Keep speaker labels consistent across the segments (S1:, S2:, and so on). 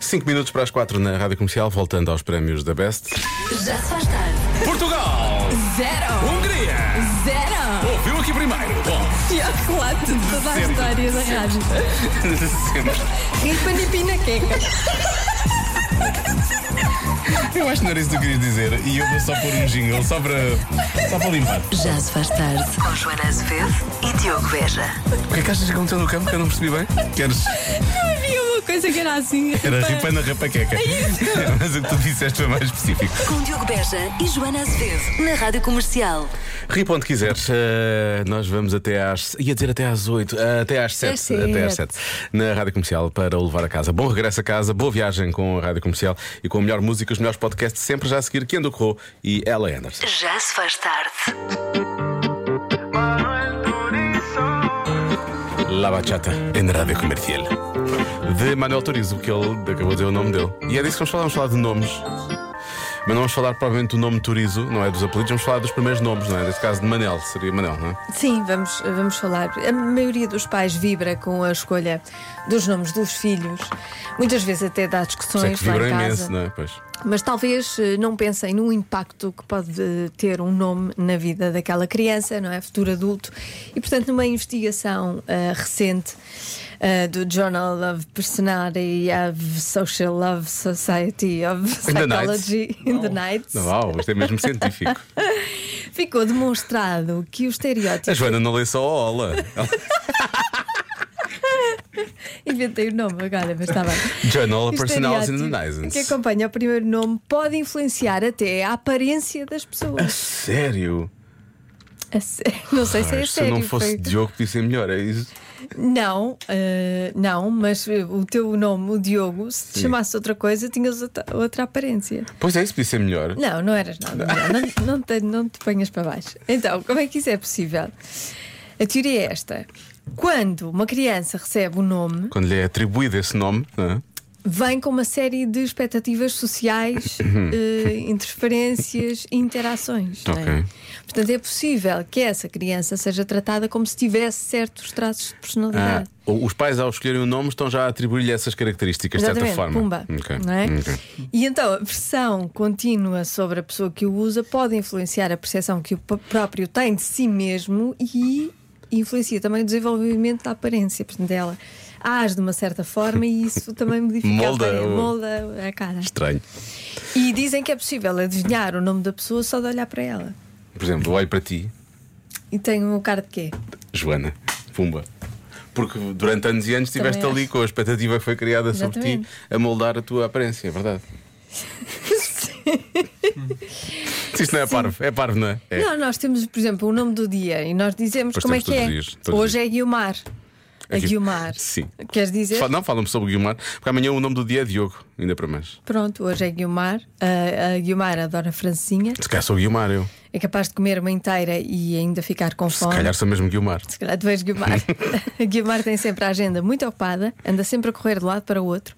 S1: 5 minutos para as 4 na Rádio Comercial, voltando aos prémios da Best.
S2: Já se faz tarde.
S3: Portugal!
S2: Zero.
S3: Hungria!
S2: Zero.
S3: Ouviu aqui primeiro! Bom,
S2: Pior relato de toda a história da rádio.
S3: sempre.
S2: Ripa de pinaqueca.
S3: Eu acho que não era isso que eu queria dizer. E eu vou só pôr um jingle, só para, só para limpar.
S2: Já se faz tarde.
S4: Com Joana Azevedo e Diogo Veja.
S3: O que é que achas que aconteceu no campo que eu não percebi bem? Queres?
S2: Não havia uma coisa que era assim.
S3: Era
S2: ripa.
S3: ripa na rapaqueca. Mas o que tu disseste foi mais específico.
S4: Com Diogo Beja e Joana Azevedo na Rádio Comercial.
S1: Ri para onde quiseres, eh, nós vamos até às. ia dizer até às 8, até às 7.
S2: sim,
S1: até às
S2: é.
S1: 7 na Rádio Comercial para o levar a casa. Bom regresso a casa, boa viagem com a Rádio Comercial e com a melhor música, os melhores podcasts, sempre já a seguir Kendo Corro e Ella Anderson.
S4: Já se faz tarde.
S1: La Bachata em Rádio Comercial. De Manuel Turizo, que ele acabou de dizer o nome dele. E é disso que vamos falar, vamos falar de nomes. Mas não vamos falar provavelmente do nome Turizo, não é dos apelidos, vamos falar dos primeiros nomes, não é? Neste caso de Manel, seria Manel, não é?
S5: Sim, vamos, vamos falar. A maioria dos pais vibra com a escolha dos nomes dos filhos. Muitas vezes até dá
S1: Sei
S5: discussões
S1: que
S5: lá
S1: vibram
S5: em casa.
S1: imenso, não é? Pois.
S5: Mas talvez eh, não pensem no impacto que pode eh, ter um nome na vida daquela criança, não é? Futuro adulto. E, portanto, numa investigação eh, recente eh, do Journal of Personality of Social Love Society of
S1: In the Nights.
S5: Psychology in the Nights,
S1: Não, uau, isto é mesmo científico.
S5: ficou demonstrado que o estereótipo.
S1: A Joana não lê só a Ola.
S5: Inventei o nome agora, mas está bem.
S1: Journal of
S5: O
S1: Personalities and
S5: estereótipo
S1: Analysis.
S5: é Que é acompanha o primeiro nome pode influenciar até a aparência das
S1: A
S5: pessoas.
S1: sério?
S5: A sé- Não sei se é
S1: Ai,
S5: a
S1: Ah, se eu
S5: sério.
S1: não fosse
S5: foi-
S1: Diogo, podia ser melhor, é isso?
S5: Não, eh, não, mas eh, o teu nome, o Diogo, se te
S1: Sim.
S5: chamasse outra coisa, tinhas outra, outra aparência.
S1: Pois é, isso podia ser melhor.
S5: Não, não eras nada. melhor. Não, não, te, não te ponhas para baixo. Então, como é que isso é possível? A teoria é esta. Quando uma criança recebe o nome,
S1: Quando lhe é atribuído esse nome, não é?
S5: vem com uma série de expectativas sociais, eh, interferências e interações. não é?
S1: Ok.
S5: Portanto, é possível que essa criança seja tratada como se tivesse certos traços de
S1: Ah,
S5: personalidade.
S1: o- os pais, ao escolherem o nome, estão já a atribuir-lhe essas características, de certa
S5: Exatamente,
S1: forma.
S5: pumba.
S1: Ok,
S5: não é?
S1: ok.
S5: E então a pressão contínua sobre a pessoa que o usa pode influenciar a percepção que o p- próprio tem de si mesmo e influencia também o desenvolvimento da aparência portanto, dela. Age de uma certa forma e isso também modifica
S1: Molda
S5: a, aparência,
S1: o-
S5: molda a cara.
S1: Estranho.
S5: E dizem que é possível adivinhar o nome da pessoa só de olhar para ela.
S1: Por exemplo, eu olho para ti,
S5: E tenho um cara de quê?
S1: Joana, pumba. Porque durante anos e anos
S5: Também
S1: estiveste ali
S5: acho.
S1: com a expectativa que foi criada sobre ti
S5: Exatamente.
S1: a moldar a tua aparência, é verdade? Isto não é parvo, é parvo, não é? É.
S5: Não, nós temos, por exemplo, o nome do dia e nós dizemos
S1: Pois
S5: como
S1: temos
S5: é que é.
S1: todos os dias, todos os
S5: Hoje é Guiomar. A
S1: Aqui-
S5: Guiomar.
S1: Sim.
S5: Queres dizer?
S1: Fa- Não, falam-me sobre o Guilmar, porque amanhã o nome do dia é Diogo, ainda para mais.
S5: Pronto, hoje é Guiomar. A, a Guiomar adora Francinha.
S1: Se calhar sou Guilmar, eu.
S5: É capaz de comer uma inteira e ainda ficar com
S1: Se
S5: fome.
S1: calhar sou mesmo Guilmar.
S5: Se calhar tu és Guiomar. a Guiomar tem sempre a agenda muito ocupada, anda sempre a correr de lado para o outro.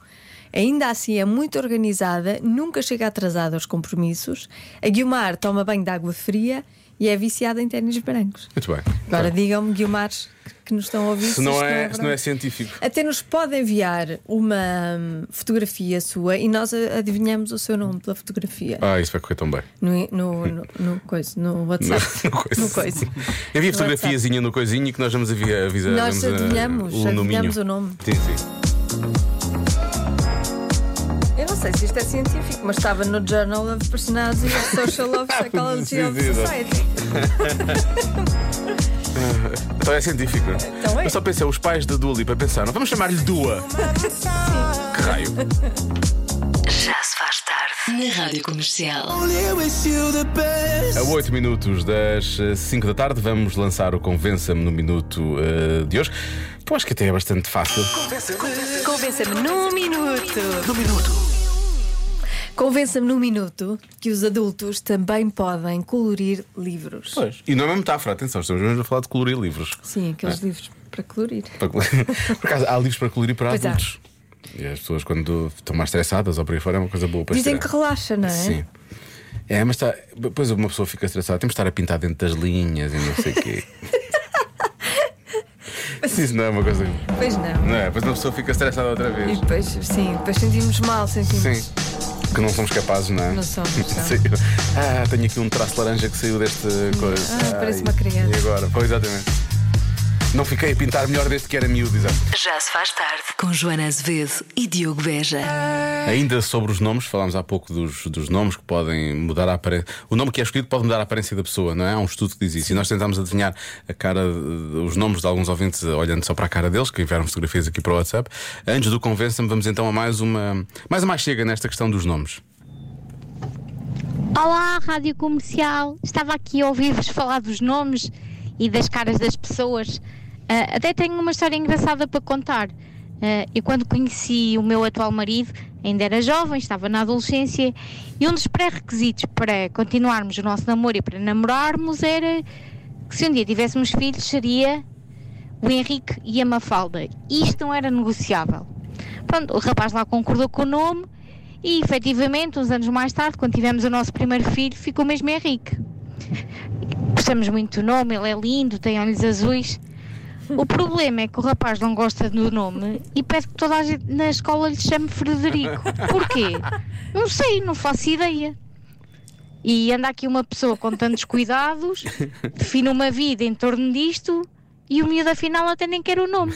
S5: Ainda assim é muito organizada, nunca chega atrasada aos compromissos. A Guiomar toma banho de água fria e é viciada em ténis brancos.
S1: Muito bem.
S5: Agora
S1: Bem,
S5: digam-me, Guiomares, que nos estão a ouvir.
S1: se não
S5: isto
S1: é, se não é
S5: verdade.
S1: científico.
S5: Até nos pode enviar uma hum, fotografia sua e nós a- adivinhamos o seu nome pela fotografia.
S1: Ah, isso vai correr tão bem.
S5: No, no, no, no coisa, no WhatsApp.
S1: No coisa. Envia fotografiazinha no coisinho que nós vamos avi- avisar.
S5: Nós
S1: vamos, ah,
S5: adivinhamos,
S1: o
S5: adivinhamos
S1: nominho.
S5: o nome.
S1: Sim, sim.
S5: Eu não sei se isto é científico, mas estava no Journal of Personality of Social Love
S1: Ah,
S5: Psychology of
S1: Sim, sim, sim.
S5: Society.
S1: Então é científico.
S5: Então é.
S1: Eu só pensei, os pais da Dua Lipa pensaram, vamos chamar-lhe Dua. que raio.
S4: Já se faz tarde.
S2: Na rádio comercial.
S1: A 8 minutos das 5 da tarde, vamos lançar o Convença-me no Minuto eh, de hoje, que eu acho que até é bastante fácil.
S5: Convença-me num minuto. Num minuto. Convença-me num minuto que os adultos também podem colorir livros.
S1: Pois. E não é uma metáfora, atenção, estamos mesmo a falar de colorir livros. é?
S5: Sim,
S1: Ah.
S5: aqueles livros para colorir.
S1: Para col- Por acaso, há livros para colorir para
S5: Pois há.
S1: adultos. E as pessoas, quando estão mais estressadas ou por aí fora, é uma coisa boa para
S5: Dizem que
S1: tirar.
S5: relaxa, não é?
S1: Sim. É, mas está. Depois uma pessoa fica estressada, temos de estar a pintar dentro das linhas e não sei o quê. Mas isso não é uma coisa.
S5: Pois não.
S1: Não é? Depois uma pessoa fica estressada outra
S5: E
S1: vez.
S5: depois, sim, depois sentimos mal, sentimos.
S1: Sim. Que não somos capazes, não é?
S5: Não somos, não.
S1: Sim. Ah, tenho aqui um traço laranja que saiu deste coisa.
S5: Ah, parece
S1: Ai,
S5: uma criança.
S1: E agora? Pois, exatamente. Não fiquei a pintar melhor desde que era miúdo, exato.
S4: Já se faz tarde com Joana Azevedo e Diogo Beja.
S1: Ainda sobre os nomes, falámos há pouco dos, dos nomes que podem mudar a aparência. O nome que é escolhido pode mudar a aparência da pessoa, não é? Há um estudo que diz isso. E nós tentámos adivinhar a cara, eh, os nomes de alguns ouvintes eh, olhando só para a cara deles, que enviaram fotografias aqui para o WhatsApp. Antes do convença-me, vamos então a mais uma. Mais uma chega nesta questão dos nomes.
S6: Olá, Rádio Comercial. Estava aqui a ouvir-vos falar dos nomes e das caras das pessoas. Ah, até tenho uma história engraçada para contar. Ah, eu, quando conheci o meu atual marido, ainda era jovem, estava na adolescência, e um dos pré-requisitos para continuarmos o nosso namoro e para namorarmos era que, se um dia tivéssemos filhos, seria o Henrique e a Mafalda. Isto não era negociável. Pronto, o rapaz lá concordou com o nome e efetivamente, uns anos mais tarde, quando tivemos o nosso primeiro filho, ficou mesmo Henrique. Gostamos muito do nome, ele é lindo, tem olhos azuis. O problema é que o rapaz não gosta do nome e pede que toda a gente na escola lhe chame Frederico. Porquê? Não sei, não faço ideia. E anda aqui uma pessoa com tantos cuidados, define uma vida em torno disto e o miúdo afinal até nem quer o nome.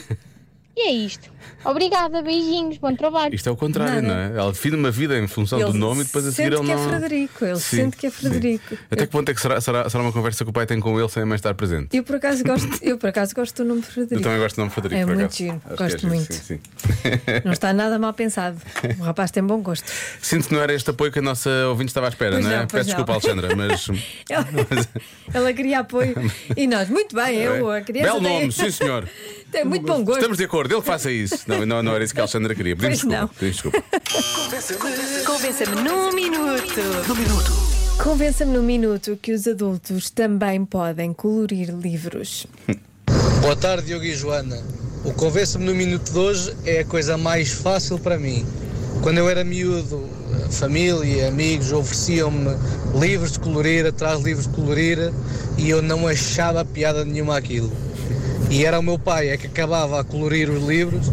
S6: E é isto. Obrigada, beijinhos, bom trabalho.
S1: Isto é o contrário,
S5: Nada.
S1: não é? Ela define uma vida em função do nome e depois a seguir ele
S5: sente que
S1: não.
S5: é Frederico, ele
S1: Sim,
S5: sente que é
S1: sim.
S5: Frederico.
S1: Até que ponto é que será, será, será uma conversa que o pai tem com ele sem a mãe estar presente?
S5: Eu por acaso gosto, eu por acaso gosto do nome Frederico.
S1: Eu também gosto do nome Frederico,
S5: É
S1: por
S5: muito
S1: acaso.
S5: giro,
S1: Acho que é
S5: gosto
S1: giro,
S5: muito.
S1: Sim, sim.
S5: Não está nada mal pensado. O rapaz tem bom gosto.
S1: Sinto que não era este apoio que a nossa ouvinte estava à espera,
S5: Pois
S1: não é?
S5: não,
S1: Peço
S5: pois
S1: desculpa,
S5: não.
S1: Alexandra, mas.
S5: Ela, ela queria apoio. E nós, muito bem, eu, a criança.
S1: é? Belo
S5: tem-
S1: nome, sim senhor.
S5: Tem muito bom gosto.
S1: Estamos de acordo, ele que faça isso. Não, não, não era isso que a Alexandra queria. Pedimos
S5: Pois
S1: desculpa.
S5: não.
S1: Pedimos desculpa.
S2: Convença-me num minuto.
S5: Convença-me num minuto que os adultos também podem colorir livros.
S7: Boa tarde, Diogo e Joana. O Convença-me no Minuto de hoje é a coisa mais fácil para mim. Quando eu era miúdo, a família, amigos ofereciam-me livros de colorir, atrás de livros de colorir, e eu não achava piada nenhuma aquilo. E era o meu pai é que acabava a colorir os livros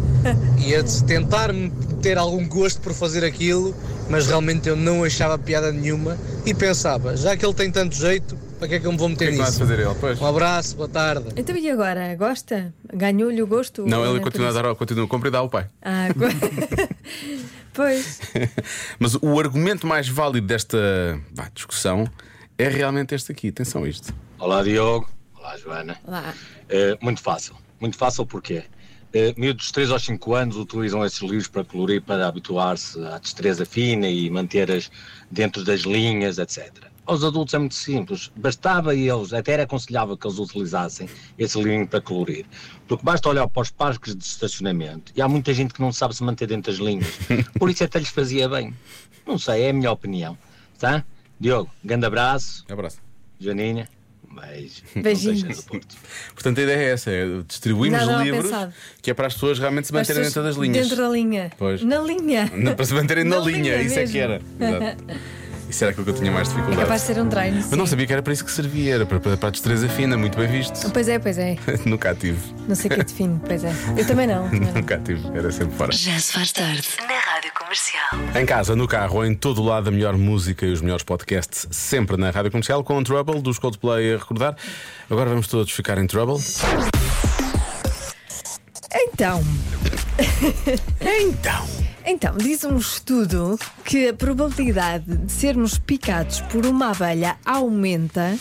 S7: e a de- tentar-me ter algum gosto por fazer aquilo, mas realmente eu não achava piada nenhuma e pensava, já que ele tem tanto jeito, para que é que eu me vou
S1: O que é
S7: meter
S1: que vai
S7: nisso?
S1: fazer ele? Pois.
S7: Um abraço, boa tarde.
S5: Então e agora? Gosta? Ganhou-lhe o gosto?
S1: Não,
S5: Ou
S1: ele
S5: é
S1: continua a
S5: por isso?
S1: dar, continua, compra e dá ao pai.
S5: Ah, agora- pois.
S1: Mas o argumento mais válido desta vá, discussão é realmente este aqui. Atenção a isto.
S8: Olá Diogo, olá Joana.
S5: Lá.
S8: Eh, muito fácil, muito fácil porque eh, miúdos de 3 aos 5 anos utilizam esses livros para colorir, para habituar-se à destreza fina e manter-as dentro das linhas, etc. Aos adultos é muito simples, bastava eles, até era aconselhável que eles utilizassem esse livrinho para colorir, porque basta olhar para os parques de estacionamento e há muita gente que não sabe se manter dentro das linhas, por isso é até lhes fazia bem. Não sei, é a minha opinião, tá? Diogo, grande abraço,
S1: Abraço.
S8: Joaninha, beijo. Não
S5: Beijinhos.
S8: deixem do Porto.
S1: Portanto, a ideia é essa: é distribuímos
S5: Nada mal
S1: livros
S5: pensado.
S1: que é para as pessoas realmente se
S5: As
S1: manterem
S5: pessoas
S1: dentro das linhas.
S5: Dentro da linha.
S1: Pois.
S5: Na linha.
S1: Não, Para se manterem na,
S5: Na
S1: linha,
S5: linha
S1: isso é que era.
S5: mesmo.
S1: Exato. Isso era aquilo que eu tinha mais
S5: É
S1: dificuldade.
S5: capaz de ser um treino.
S1: Eu não
S5: sim.
S1: sabia que era para isso que servia, era para, para, para a destreza fina, muito bem visto.
S5: Pois é, pois é.
S1: Nunca a tive,
S5: Não sei o que é define, pois é. Eu também não. também não.
S1: nunca a tive, era sempre fora.
S4: Já se faz tarde na Rádio Comercial.
S1: Em casa, no carro, em todo lado, a melhor música e os melhores podcasts, sempre na rádio comercial, com o Trouble dos Coldplay a recordar. Agora vamos todos ficar em Trouble.
S5: Então,
S1: Então!
S5: então, diz um estudo que a probabilidade de sermos picados por uma abelha aumenta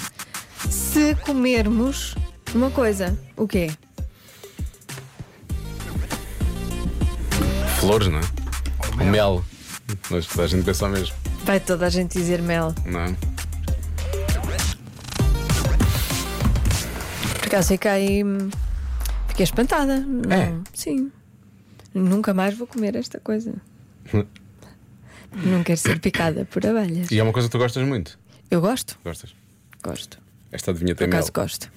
S5: se comermos uma coisa. O quê?
S1: Flores, não é? Mel. Mas toda a gente pensa o mesmo,
S5: Vai toda a gente dizer mel.
S1: não é?
S5: Por acaso fiquei. hum, Fiquei espantada. Não-
S1: É?
S5: Sim. Nunca mais vou comer esta coisa. Não quero ser picada por abelhas.
S1: E é uma coisa que tu gostas muito.
S5: Eu gosto.
S1: Gostas?
S5: Gosto.
S1: Esta adivinha
S5: Por
S1: tem É mel.
S5: acaso gosto.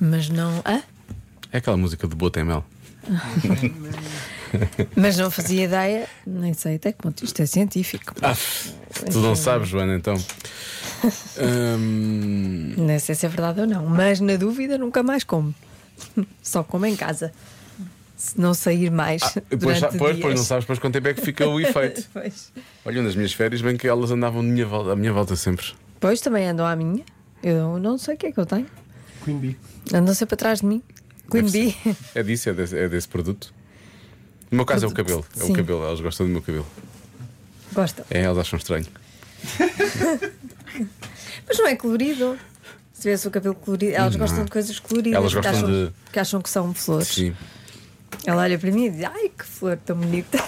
S5: Mas não. Hã?
S1: É aquela música de Boa tem mel.
S5: Mas não fazia ideia, nem sei até que ponto isto é científico.
S1: Ah, tu não sabes, Joana, então. Hum,
S5: Nem sei se é verdade ou não, mas na dúvida nunca mais como. Só como em casa. Se não sair mais.
S1: Depois, depois,
S5: durante dias.
S1: depois não sabes depois quanto tempo é que fica o efeito.
S5: Pois.
S1: Olha, nas minhas férias, bem que elas andavam à minha volta, à minha volta sempre.
S5: Pois, também andam à minha. Eu não sei o que é que eu tenho.
S3: Queen Bee.
S5: Andam sempre atrás de mim. Queen
S1: Deve
S5: Bee.
S1: ser. É disso, é desse, é desse produto. No meu caso é o cabelo. É
S5: Sim.
S1: o cabelo, elas gostam do meu cabelo.
S5: Gostam.
S1: É, elas acham estranho.
S5: Mas não é colorido. Se tivesse o cabelo colorido, elas gostam de coisas coloridas
S1: Hum, Elas
S5: que,
S1: gostam
S5: acham,
S1: de-
S5: que acham que são flores.
S1: Sim.
S5: Ela olha para mim e diz: Ai, que flor tão bonita.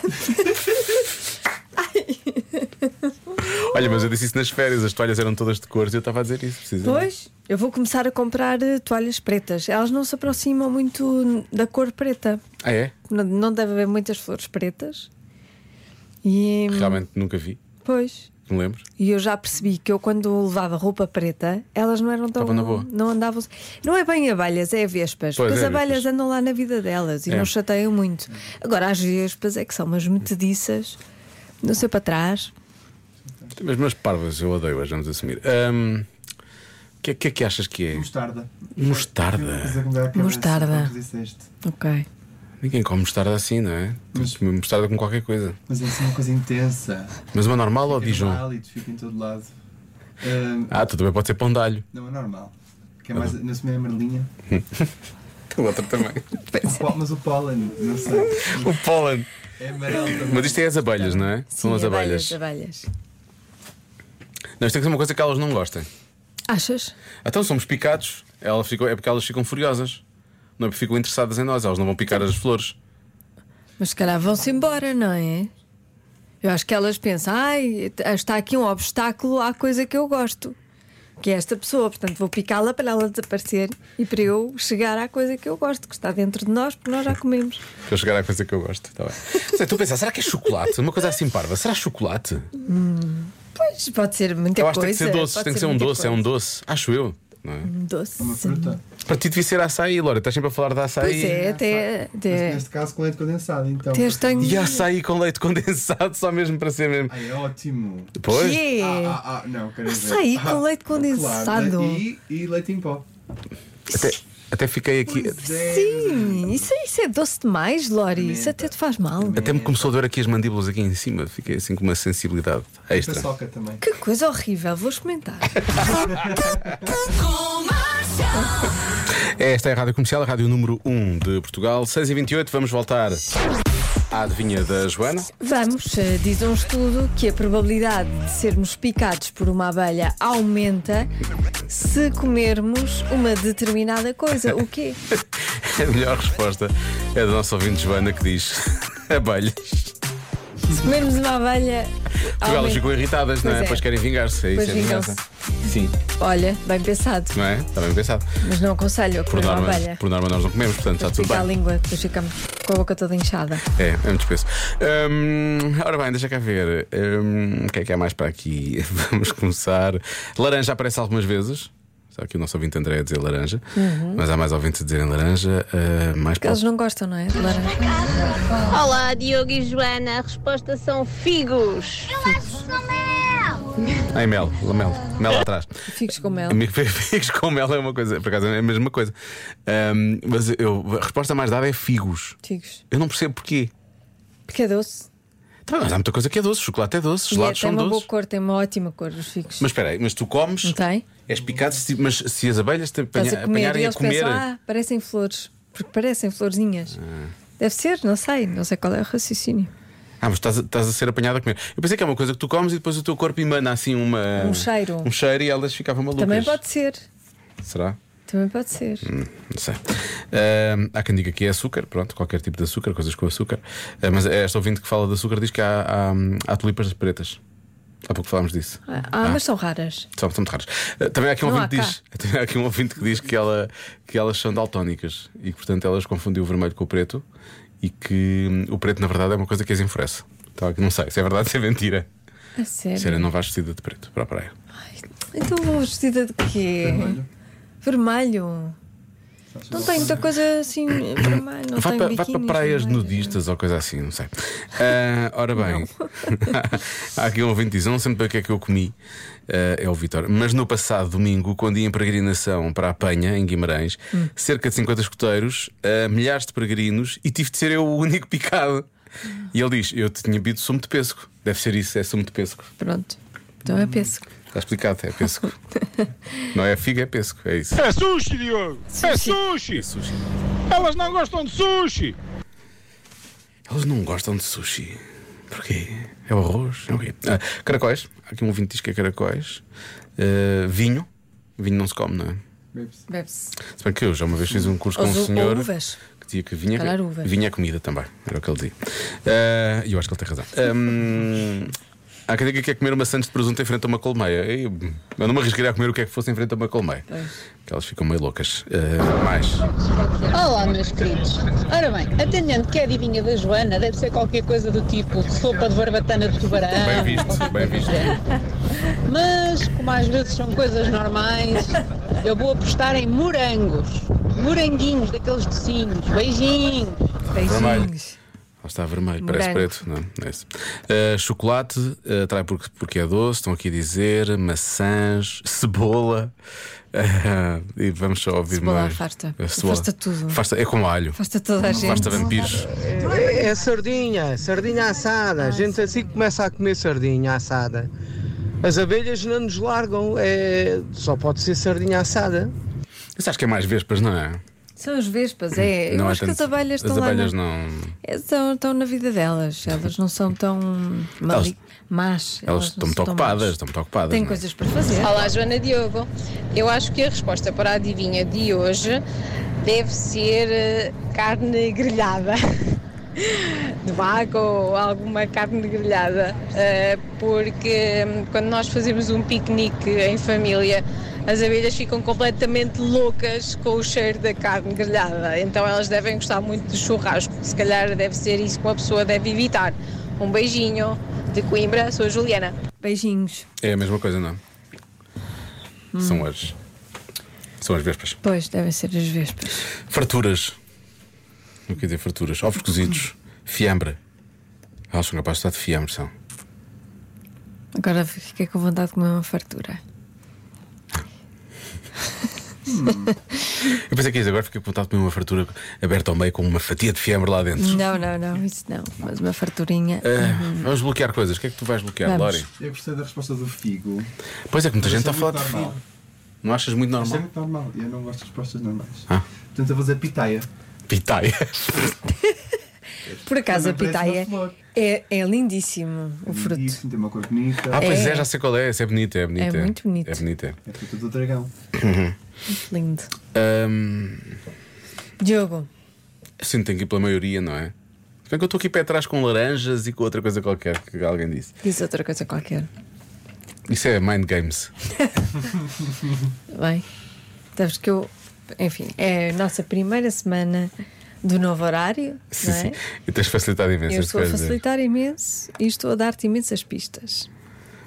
S1: Olha, mas eu disse isso nas férias, as toalhas eram todas de cores e eu estava a dizer isso, precisamente.
S5: Pois, eu vou começar a comprar eh, toalhas pretas. Elas não se aproximam muito da cor preta.
S1: Ah, é?
S5: Não, não deve haver muitas flores pretas. E.
S1: Realmente nunca vi,
S5: Pois.
S1: não me lembro.
S5: E eu já percebi que eu, quando levava roupa preta, elas não eram tão.
S1: Estavam na boa.
S5: Não andavam. Não é bem abelhas, é vespas.
S1: Pois,
S5: Porque as
S1: é
S5: abelhas
S1: vespas.
S5: andam lá na vida delas e
S1: É.
S5: não chateiam muito. Agora, as vespas é que são umas metediças, não sei para trás.
S1: Mas meus parvas, eu odeio-as, vamos assumir. Ahm, O que, é- que é que achas que é?
S9: Mostarda.
S1: Mostarda.
S5: Mostarda.
S9: Mostarda. Disseste.
S5: Ok.
S1: Ninguém come mostarda assim, não é? Tem que comer Mostarda com qualquer coisa.
S9: Mas é assim uma coisa intensa.
S1: Mas uma normal ou
S9: Fica no
S1: Dijon?
S9: hálito, fica em todo lado. Ahm,
S1: Ah, tu também pode ser pão de alho.
S9: Não é normal. Que é mais. Não se é marlinha.
S1: Outra também.
S9: O pó- mas o pólen, não sei.
S1: O pólen.
S9: É amarelo também.
S1: Mas isto é as abelhas, não é? São as abelhas.
S5: abelhas.
S1: Não, isto tem que ser uma coisa que elas não gostem.
S5: Achas?
S1: Então somos picados, ela ficou, é porque elas ficam furiosas. Não é porque ficam interessadas em nós, elas não vão picar as flores.
S5: Mas se calhar vão-se embora, não é? Eu acho que elas pensam, ai, está aqui um obstáculo à coisa que eu gosto, que é esta pessoa, portanto vou picá-la para ela desaparecer e para eu chegar à coisa que eu gosto, que está dentro de nós, porque nós já comemos.
S1: Para eu chegar à coisa que eu gosto. Tá bem. Não sei, Estou a pensar, será que é chocolate? Uma coisa assim parva, será chocolate?
S5: Pois pode ser muita
S1: eu acho que
S5: coisa.
S1: tem que ser doce,
S5: eh, pode
S1: tem que ser um
S5: muita
S1: doce, é um
S5: coisa.
S1: doce. Acho eu. Não é?
S5: Um doce.
S9: Uma fruta.
S1: Para ti devia ser açaí, Laura, estás sempre a falar de açaí.
S5: Pois é, até.
S9: Mas
S5: até
S9: neste caso com leite condensado, então.
S5: até estranho.
S1: E açaí com leite condensado, só mesmo para ser mesmo.
S9: Ai, é ótimo.
S1: Pois?
S5: Que é?
S9: Ah, ah, ah, não, quero ver.
S5: Açaí com
S9: Ah,
S5: leite condensado.
S9: Claro, e, e leite em pó.
S1: Até, até fiquei aqui.
S5: Sim, isso, isso é doce demais, Lori. Isso até te faz mal.
S1: Até me começou a doer aqui as mandíbulas aqui em cima. Fiquei assim com uma sensibilidade extra.
S9: Paçoca também.
S5: Que coisa horrível, vou experimentar.
S1: Esta é a Rádio Comercial, a Rádio número 1 de Portugal, 6 e 28 vamos voltar à adivinha da Joana.
S5: Vamos, eh, diz um estudo que a probabilidade de sermos picados por uma abelha aumenta se comermos uma determinada coisa. O quê?
S1: A melhor resposta é da nossa ouvinte Joana que diz abelhas.
S5: Se comermos uma abelha.
S1: Porque elas
S5: aumenta-
S1: ficam irritadas, não é?
S5: Pois é.
S1: Depois querem vingar-se. É isso,
S5: Pois
S1: é vingança. Sim,
S5: Olha, bem pensado,
S1: não é? Está bem pensado.
S5: mas não aconselho a
S1: Por
S5: comer uma
S1: norma,
S5: abelha.
S1: por norma nós não comemos, portanto está tudo
S5: Fica a
S1: bem.
S5: língua, depois ficamos com a boca toda inchada.
S1: É, é muito espesso. Hum, ora bem, deixa cá ver. Hum, o que é que há mais para aqui? Vamos começar. Laranja aparece algumas vezes. Está aqui o nosso ouvinte André a dizer laranja.
S5: Uhum.
S1: Mas há mais ouvintes a dizerem laranja. ah, mais
S5: Porque eles não gostam, não é? de laranja?
S10: Olá, Diogo e Joana. A resposta são figos.
S1: Ai, mel, mel, mel lá atrás.
S5: Figos com mel.
S1: Figos com mel é uma coisa, por acaso é a mesma coisa. Ahm, mas eu, a resposta mais dada é figos.
S5: Figos.
S1: Eu não percebo porquê.
S5: Porque é doce.
S1: Tá, mas há muita coisa que é doce, chocolate é doce,
S5: E é,
S1: gelados
S5: tem
S1: são
S5: uma boa
S1: doces.
S5: cor, tem uma ótima cor os figos.
S1: Mas espera aí, mas tu comes,
S5: Não tem?
S1: és picado, se- mas se as abelhas te
S5: Estás
S1: apanha-
S5: a comer e
S1: apanharem a
S5: eles
S1: comer.
S5: pensam, ah, parecem flores, porque parecem florzinhas. Deve ser, não sei, não sei qual é o raciocínio.
S1: Ah, mas estás, a- estás a ser apanhado a comer. Eu pensei que é uma coisa que tu comes e depois o teu corpo emana assim uma,
S5: Um cheiro.
S1: Um cheiro e elas ficavam malucas.
S5: Também pode ser,
S1: Será?
S5: também pode ser.
S1: Não sei. Ahm, há quem diga que é açúcar, pronto, qualquer tipo de açúcar, coisas com açúcar. Ah, mas esta ouvinte que fala de açúcar diz que há, há, há tulipas pretas. Há pouco falámos disso.
S5: Ah, ah, mas são raras.
S1: São, são muito raros. Ah, também, há aqui um
S5: Não
S1: ouvinte que
S5: há
S1: diz, também há aqui um ouvinte que diz que, ela, que elas são daltónicas e que, portanto, elas confundiam o vermelho com o preto e que hum, o preto, na verdade, é uma coisa que as enfurece. Então, não sei se é verdade ou se é mentira.
S5: A sério.
S1: Sério, não vais vestida de preto para a praia.
S5: É. Ai, então vou vestida de quê? Vermelho. Não tem muita coisa assim para mais. Não
S1: Vai
S5: tem
S1: para, vai para
S5: biquínis,
S1: praias
S5: não é?
S1: nudistas ou coisa assim, não sei. Ah, ora bem, há aqui um ouvinte que diz: eu não sei muito bem o que é que eu comi, ah, é o Vitor, mas no passado domingo, quando ia em peregrinação para a Penha, em Guimarães,
S5: Hum.
S1: cerca de 50 escuteiros, ah, milhares de peregrinos e tive de ser eu o único picado. E ele diz: Eu tinha bebido sumo de pesco. Deve ser isso, é sumo de pesco.
S5: Pronto. Então é pêssego.
S1: Está explicado, é pesco. não é figa, é pesco, é isso.
S11: É sushi, Diogo! É sushi!
S1: É sushi.
S11: Elas não gostam de sushi!
S1: Eles não gostam de sushi. Porquê? É o arroz? É o quê? Ah, caracóis. Há Aqui um ouvinte diz que é caracóis. Ah, vinho. Vinho não se come, não é?
S5: Bebe-se.
S1: Se bem que eu já uma vez fiz um curso com
S5: Ou é
S1: um
S5: zu- ou
S1: senhor
S5: uvas.
S1: que dizia que vinha,
S5: Calhar uvas.
S1: vinha é comida também. Era o que ele dizia. Ah, E eu acho que ele tem razão. Ahm, há quem diga que quer comer uma sandes de presunto em frente a uma colmeia. Eu, eu não me arriscaria a comer o que é que fosse em frente a uma colmeia. Porque elas ficam meio loucas. Ah, mais.
S12: Olá, meus queridos. Ora bem, atendendo que é adivinha da Joana, deve ser qualquer coisa do tipo sopa de barbatana de tubarão.
S1: Bem visto, bem visto.
S12: Mas, como às vezes são coisas normais, eu vou apostar em morangos. Moranguinhos daqueles docinhos. Beijinhos.
S1: Vermelho. Lá está vermelho, parece
S12: Branco.
S1: preto, não não é? isso. Ah, chocolate, ah, atrai porque, porque é doce, estão aqui a dizer, maçãs, cebola. Ah, e vamos só ouvir
S5: Cebola
S1: mais.
S5: afasta.
S1: A cebola.
S5: Afasta tudo.
S1: Afasta- é com alho.
S5: Afasta toda a gente.
S1: Afasta vampiros.
S13: É, é sardinha, sardinha assada. A gente assim começa a comer sardinha assada. As abelhas não nos largam, é... só pode ser sardinha assada.
S1: Isso acho que é mais vespas, não é?
S5: São as vespas, é. Eu
S1: Não é
S5: acho que as
S1: tanto-
S5: abelhas
S1: As
S5: estão lá.
S1: abelhas
S5: na-
S1: não.
S5: É, Estão, estão na vida delas. Elas não são tão mali... más.
S1: Elas
S5: não
S1: estão muito
S5: são tão
S1: ocupadas,
S5: más.
S1: estão muito ocupadas.
S5: Têm
S1: não é?
S5: coisas para fazer.
S14: Olá, Joana Diogo. Eu acho que a resposta para a adivinha de hoje deve ser eh, carne grelhada. De vaca ou alguma carne grelhada, Eh, porque hum, quando nós fazemos um piquenique em família, as abelhas ficam completamente loucas com o cheiro da carne grelhada, então elas devem gostar muito do churrasco. Se calhar deve ser isso que uma pessoa deve evitar. Um beijinho de Coimbra, sou a Juliana.
S5: Beijinhos.
S1: É a mesma coisa, não? é? São
S5: Hum.
S1: as. São as vespas.
S5: Pois, devem ser as vespas.
S1: Farturas. O que dizer farturas? Ovos cozidos. Fiambre. Ah, são capazes de estar de fiambre, são.
S5: Agora fiquei com vontade de comer uma fartura.
S1: Eu pensei que isso agora fiquei com vontade de comer uma fartura aberta ao meio com uma fatia de fiambre lá dentro.
S5: Não, não, não, isso não. Mas uma farturinha.
S1: Ah, vamos bloquear coisas. O que é que tu vais bloquear,
S5: Uhum. Vamos.
S1: Lori?
S9: Eu gostei da resposta do figo.
S1: Pois é, que muita
S9: Mas
S1: gente está
S9: isso
S1: a
S9: é
S1: falar
S9: muito
S1: de
S9: normal.
S1: figo. Não achas muito
S9: Isto é
S1: normal?
S9: muito normal. Eu não gosto de respostas normais.
S1: Ah.
S9: Portanto, eu vou dizer pitaia.
S1: Pitaia.
S5: Por acaso, a
S9: Também parece
S5: pitaia é, é lindíssimo o fruto.
S9: Isso, tem uma cor bonita.
S1: Ah, pois é. já sei qual é. Essa é bonita, é bonita.
S5: É muito bonito.
S1: É bonita.
S9: É fruta do dragão.
S5: Lindo.
S1: Ahm,
S5: Diogo,
S1: Sim, tem que ir pela maioria, não é? Se bem que eu estou aqui para trás com laranjas e com outra coisa qualquer que alguém disse.
S5: diz outra coisa qualquer.
S1: Isso é mind games.
S5: Bem, sabes que eu. Enfim, é a nossa primeira semana do novo horário,
S1: Sim,
S5: não é?
S1: sim. E tens facilitado imenso
S5: Eu
S1: as
S5: estou a
S1: coisas.
S5: facilitar imenso e estou a dar-te imensas pistas.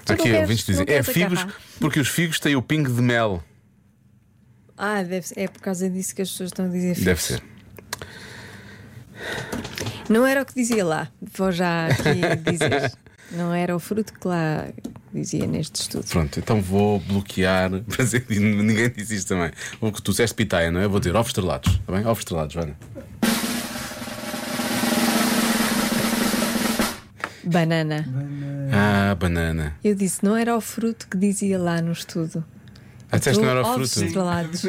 S5: Tu não
S1: Aqui
S5: queres-
S1: ouvintes dizem:
S5: não
S1: é
S5: queres
S1: figos,
S5: agarrar.
S1: porque os figos têm o pingo de mel.
S5: Ah, deve ser- é por causa disso que as pessoas estão a dizer figos.
S1: Deve ser.
S5: Não era o que dizia lá, vou já aqui dizer. Não era o fruto que lá dizia neste estudo.
S1: Pronto, então vou bloquear. Mas ninguém disse isto também. O que tu disseste pitaia, não é? Eu Vou dizer ovos estrelados. Está bem? Ovos estrelados, Joana.
S5: Banana.
S1: Ah, banana.
S5: Eu disse, não era o fruto que dizia lá no estudo.
S1: Ah,
S5: E
S1: disseste
S5: tu,
S1: não era o
S5: ovos
S1: fruto.
S5: Estrelados.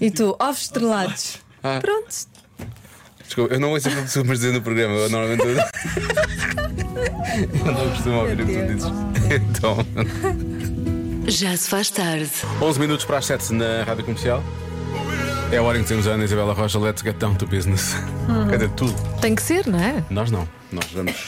S5: e tu, ovos estrelados.
S1: Ah.
S5: Pronto.
S1: Desculpa, eu não ouço aquilo que costumas dizer no programa. Eu normalmente. Eu não costumo ouvir o que tu dizes. Então.
S4: Já se faz tarde.
S1: 11 minutos para as 7 na rádio comercial. É a hora em que temos a Ana Isabela Rocha. Let's get down to business.
S5: Hum.
S1: Quer dizer, tudo.
S2: Tem que ser, não é?
S1: Nós não. Nós vamos.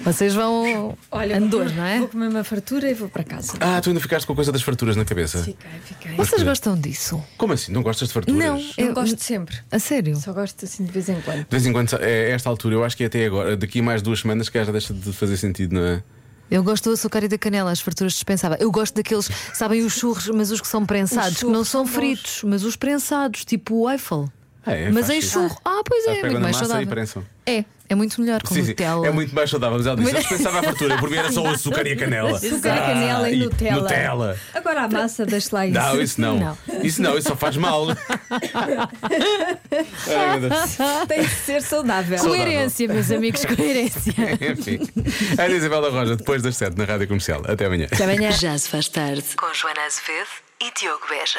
S2: Vocês vão.
S5: Olha, Andor, não é? Vou comer uma fartura e vou para casa.
S1: Ah, tu ainda ficaste com a coisa das farturas na cabeça?
S5: Fiquei, fiquei.
S1: Mas
S2: Vocês
S1: que-
S2: gostam disso?
S1: Como assim? Não gostas de farturas?
S2: Não,
S1: De
S5: Eu gosto sempre.
S2: A sério?
S5: Só gosto assim de vez em quando.
S1: vez em quando, é esta altura, eu acho que é até agora, daqui a mais duas semanas, que já deixa de fazer sentido, não é?
S4: Eu gosto do açúcar e da canela, as frituras dispensáveis. Eu gosto daqueles, sabem, os churros, mas os que são prensados,
S5: Os
S4: que não
S5: churros
S4: são
S5: são bons.
S4: fritos, mas os prensados, tipo o waffle.
S1: É,
S4: mas
S1: faz
S4: em
S1: sentido.
S4: churro. Ah, pois
S1: Ah,
S4: é,
S1: pegam na
S4: muito mais
S1: massa e
S4: saudável.
S1: prensam.
S4: É, é muito melhor com
S1: Sim, sim.
S4: Nutella.
S1: É muito mais saudável, mas ela disse. Eu
S4: Mas-
S1: dispensava a fartura, por mim era só o açúcar e a canela.
S5: Açúcar e canela
S1: Ah,
S5: e, Nutella.
S1: Nutella.
S5: Agora a massa das lá
S1: Não, isso não. Isso não, isso só faz mal. Ai, meu Deus.
S5: Tem de ser saudável.
S1: Saudável. Coerência,
S4: meus amigos, coerência.
S1: Enfim. Ana Isabela Roja, depois das 7 na Rádio Comercial. Até amanhã.
S15: Já se faz tarde com Joana Azevedo e Diogo Beja.